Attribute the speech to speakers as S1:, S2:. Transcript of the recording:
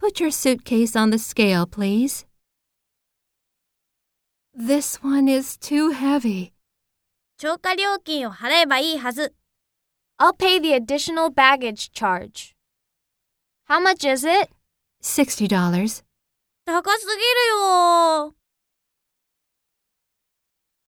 S1: Put your suitcase on the scale, please. This one is too heavy.
S2: 超過料金を払えばいいはず。
S3: I'll pay the additional baggage charge. How much is it?
S1: $60.
S2: 高すぎるよ。